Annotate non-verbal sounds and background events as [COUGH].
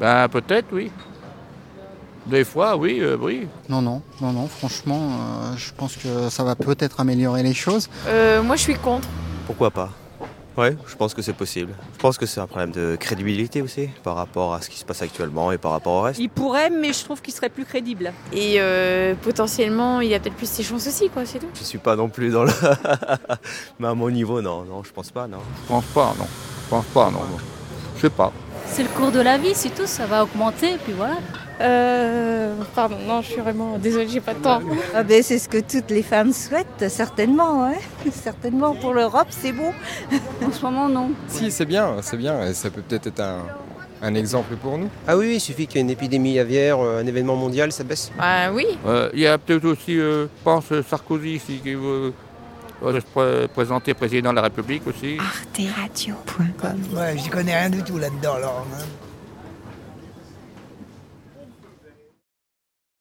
Ben peut-être, oui. Des fois, oui, euh, oui. Non, non, non, non, franchement, euh, je pense que ça va peut-être améliorer les choses. Euh, moi, je suis contre. Pourquoi pas Ouais, je pense que c'est possible. Je pense que c'est un problème de crédibilité aussi par rapport à ce qui se passe actuellement et par rapport au reste. Il pourrait, mais je trouve qu'il serait plus crédible. Et euh, potentiellement, il a peut-être plus ses chances aussi, quoi, c'est tout. Je suis pas non plus dans le. [LAUGHS] mais à mon niveau, non, non, je pense pas, non. Je pense pas, non. Je pense pas, non. non. Je sais pas. C'est le cours de la vie, c'est tout, ça va augmenter, puis voilà. Euh, pardon, non, je suis vraiment désolée, j'ai pas de temps. Ah ben, c'est ce que toutes les femmes souhaitent, certainement. hein. [LAUGHS] Certainement, pour l'Europe, c'est bon. En ce moment, non. Si, c'est bien, c'est bien. Et ça peut peut-être être un, un exemple pour nous. Ah oui, oui, il suffit qu'il y ait une épidémie aviaire, euh, un événement mondial, ça baisse. Bah oui. Euh, Il y a peut-être aussi, euh, je pense, euh, Sarkozy ici, qui veut veut se pré- présenter président de la République aussi. Ouais, j'y connais rien du tout là-dedans, alors. hein.